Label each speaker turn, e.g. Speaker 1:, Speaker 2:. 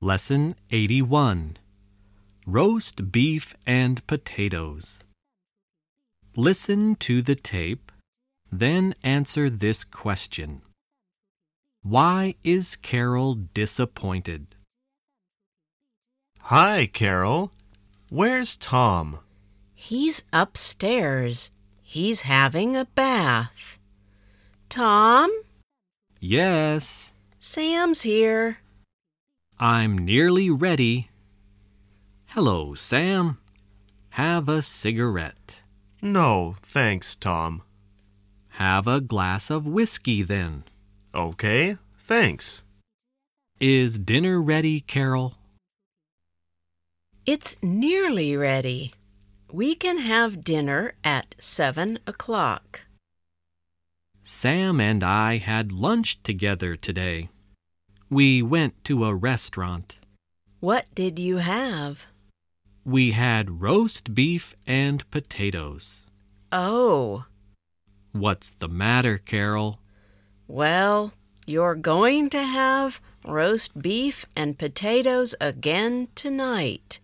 Speaker 1: Lesson 81 Roast Beef and Potatoes. Listen to the tape, then answer this question Why is Carol disappointed?
Speaker 2: Hi, Carol. Where's Tom?
Speaker 3: He's upstairs. He's having a bath. Tom,
Speaker 1: Yes,
Speaker 3: Sam's here.
Speaker 1: I'm nearly ready. Hello, Sam. Have a cigarette.
Speaker 2: No, thanks, Tom.
Speaker 1: Have a glass of whiskey then.
Speaker 2: Okay, thanks.
Speaker 1: Is dinner ready, Carol?
Speaker 3: It's nearly ready. We can have dinner at seven o'clock.
Speaker 1: Sam and I had lunch together today. We went to a restaurant.
Speaker 3: What did you have?
Speaker 1: We had roast beef and potatoes.
Speaker 3: Oh,
Speaker 1: What's the matter, Carol?
Speaker 3: well, you're going to have roast beef and potatoes again tonight.